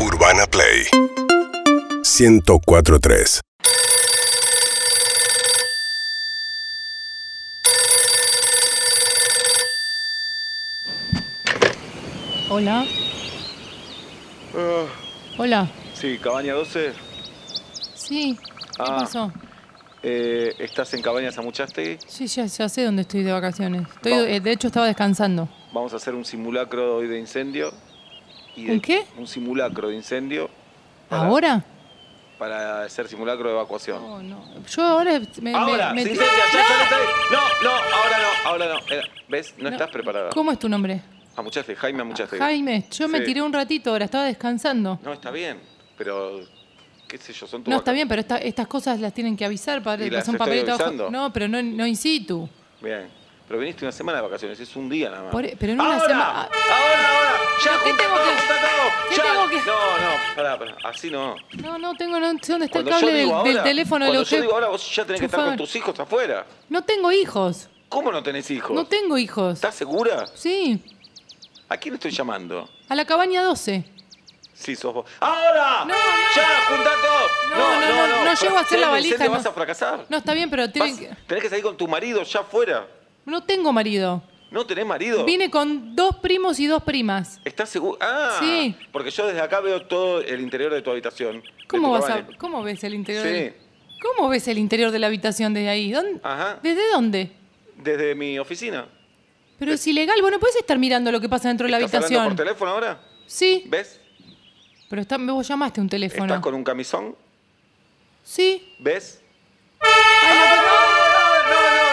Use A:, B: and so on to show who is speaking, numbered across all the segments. A: Urbana Play 1043
B: Hola,
C: Ah,
B: hola.
C: sí, Cabaña 12.
B: Sí, ¿qué
C: Ah.
B: pasó?
C: Eh, ¿Estás en Cabaña Samuchastegui?
B: Sí, ya, ya sé dónde estoy de vacaciones. Estoy,
C: Va.
B: eh, de hecho, estaba descansando.
C: Vamos a hacer un simulacro hoy de incendio. Y de-
B: ¿Un qué?
C: Un simulacro de incendio. para-
B: ¿Ahora?
C: Para hacer simulacro de evacuación.
B: No, no. Yo ahora me- me,
C: Oh, ahora,
B: me-
C: se incendia, ya está, ya está. No, no, ahora no, ahora no. Era- ¿Ves? No,
B: No.
C: estás preparada.
B: ¿Cómo es tu nombre?
C: Amuchaste, Jaime Amuchastegui.
B: Jaime, yo me
C: Sí.
B: tiré un ratito ahora, estaba descansando. No,
C: No, está bien, pero qué sé yo, son tus
B: está
C: vaca-
B: bien, pero esta- estas cosas las tienen que avisar,
C: Y
B: padre.
C: las
B: Pasó un
C: estoy
B: papelito abajo.
C: avisando.
B: No, pero no, no in situ.
C: Bien. Pero viniste una semana de vacaciones, es un día nada más.
B: Por- e-, pero en una
C: ¡Ahora!
B: sema-
C: ¡Ahora, ahora! ¡Ya!
B: ¿Pero qué
C: junta
B: tengo que-
C: todo, junta todo,
B: qué
C: ya.
B: tengo que-
C: No, no, pará, pará. Así no.
B: No, no tengo, no sé dónde está
C: Cuando
B: el
C: yo
B: cable del,
C: digo
B: del
C: ahora-
B: teléfono de
C: cuando
B: los
C: yo
B: que-
C: digo ahora, vos ya tenés que estar
B: Chufame.
C: con tus hijos afuera.
B: No tengo hijos.
C: ¿Cómo no tenés hijos?
B: No tengo hijos.
C: ¿Estás segura?
B: Sí,
C: ¿A quién estoy llamando?
B: a la cabaña 12.
C: Sí, sos vos. ¡Ahora!
B: No, no.
C: ¡Ya, juntá todo!
B: No, no, no, no llego a hacer la
C: Tenés
B: valija,
C: incendio,
B: no.
C: vas a fracasar.
B: No, está bien, pero tienen
C: Vas-
B: que-
C: Tenés que salir con tu marido ya afuera.
B: No tengo marido.
C: ¿No tenés marido?
B: Vine con dos primos y dos primas.
C: ¿Estás seguro? Ah,
B: Sí.
C: porque yo desde acá veo todo el interior de tu habitación. de
B: ¿Cómo
C: tu
B: vas a,
C: cabaña.
B: cómo ves el interior?
C: Sí.
B: del- ¿Cómo ves el interior de la habitación desde ahí? ¿Dónde-
C: Ajá.
B: ¿Desde dónde?
C: Desde mi oficina.
B: Pero es ilegal, bueno, puedes estar mirando lo que pasa dentro de la
C: ¿Estás hablando por
B: habitación.
C: teléfono ahora?
B: Sí,
C: ¿Ves?
B: pero está, vos llamaste un teléfono.
C: ¿Estás con un camisón?
B: Sí.
C: ¿Ves?
B: Ay, no, pero-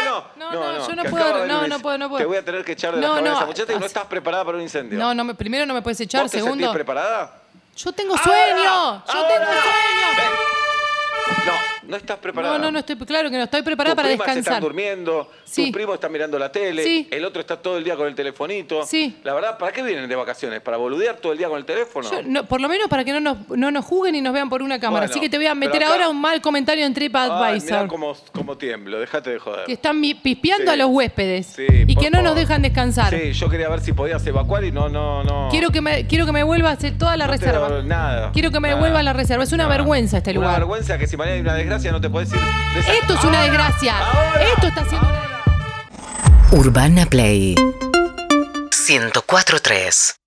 C: No, no, no,
B: No, no, yo no
C: que
B: puedo,
C: acaba de venir
B: no,
C: un
B: no
C: inc-
B: puedo, no puedo.
C: Te voy a tener que echar de
B: No,
C: la
B: no,
C: cabeza, muchacha, que no
B: as-
C: estás preparada para un incendio.
B: no, no, me- primero no me puedes echar,
C: ¿Vos te sentís
B: segundo.
C: preparada?
B: Yo tengo sueño.
C: ¡Ahora!
B: Yo
C: ¡Ahora!
B: tengo sueño.
C: Ven. No, no estás preparada.
B: No, no, no estoy, claro que no estoy preparada
C: Tus
B: para
C: primas
B: descansar.
C: están durmiendo,
B: Sí.
C: tus primos están mirando la tele,
B: Sí.
C: el otro está todo el día con el telefonito.
B: Sí.
C: La verdad, ¿para qué vienen de vacaciones? ¿Para boludear todo el día con el teléfono?
B: Yo, no, por lo menos para que no nos, no nos juzguen y nos vean por una cámara.
C: Bueno,
B: Así que te voy a
C: pero
B: meter
C: acá-
B: ahora un mal comentario en
C: Ay,
B: TripAdvisor.
C: mirá cómo, cómo tiemblo, déjate de joder.
B: Que están mi- pispeando
C: Sí.
B: a los huéspedes.
C: Sí,
B: y
C: por
B: que no nos
C: favor.
B: dejan descansar.
C: Sí, yo quería ver si podías evacuar y no, no, no.
B: Quiero, que me, quiero que me vuelva a hacer toda la
C: No te
B: reserva.
C: doy nada.
B: Quiero que me
C: nada,
B: devuelva la reserva. Es una
C: nada.
B: vergüenza este lugar.
C: Una vergüenza que si mañana hay una desgracia no te podés ir. de esa-
B: Esto es una desgracia.
C: ahora,
B: Esto está siendo una desgracia.
D: Urbana Play 1043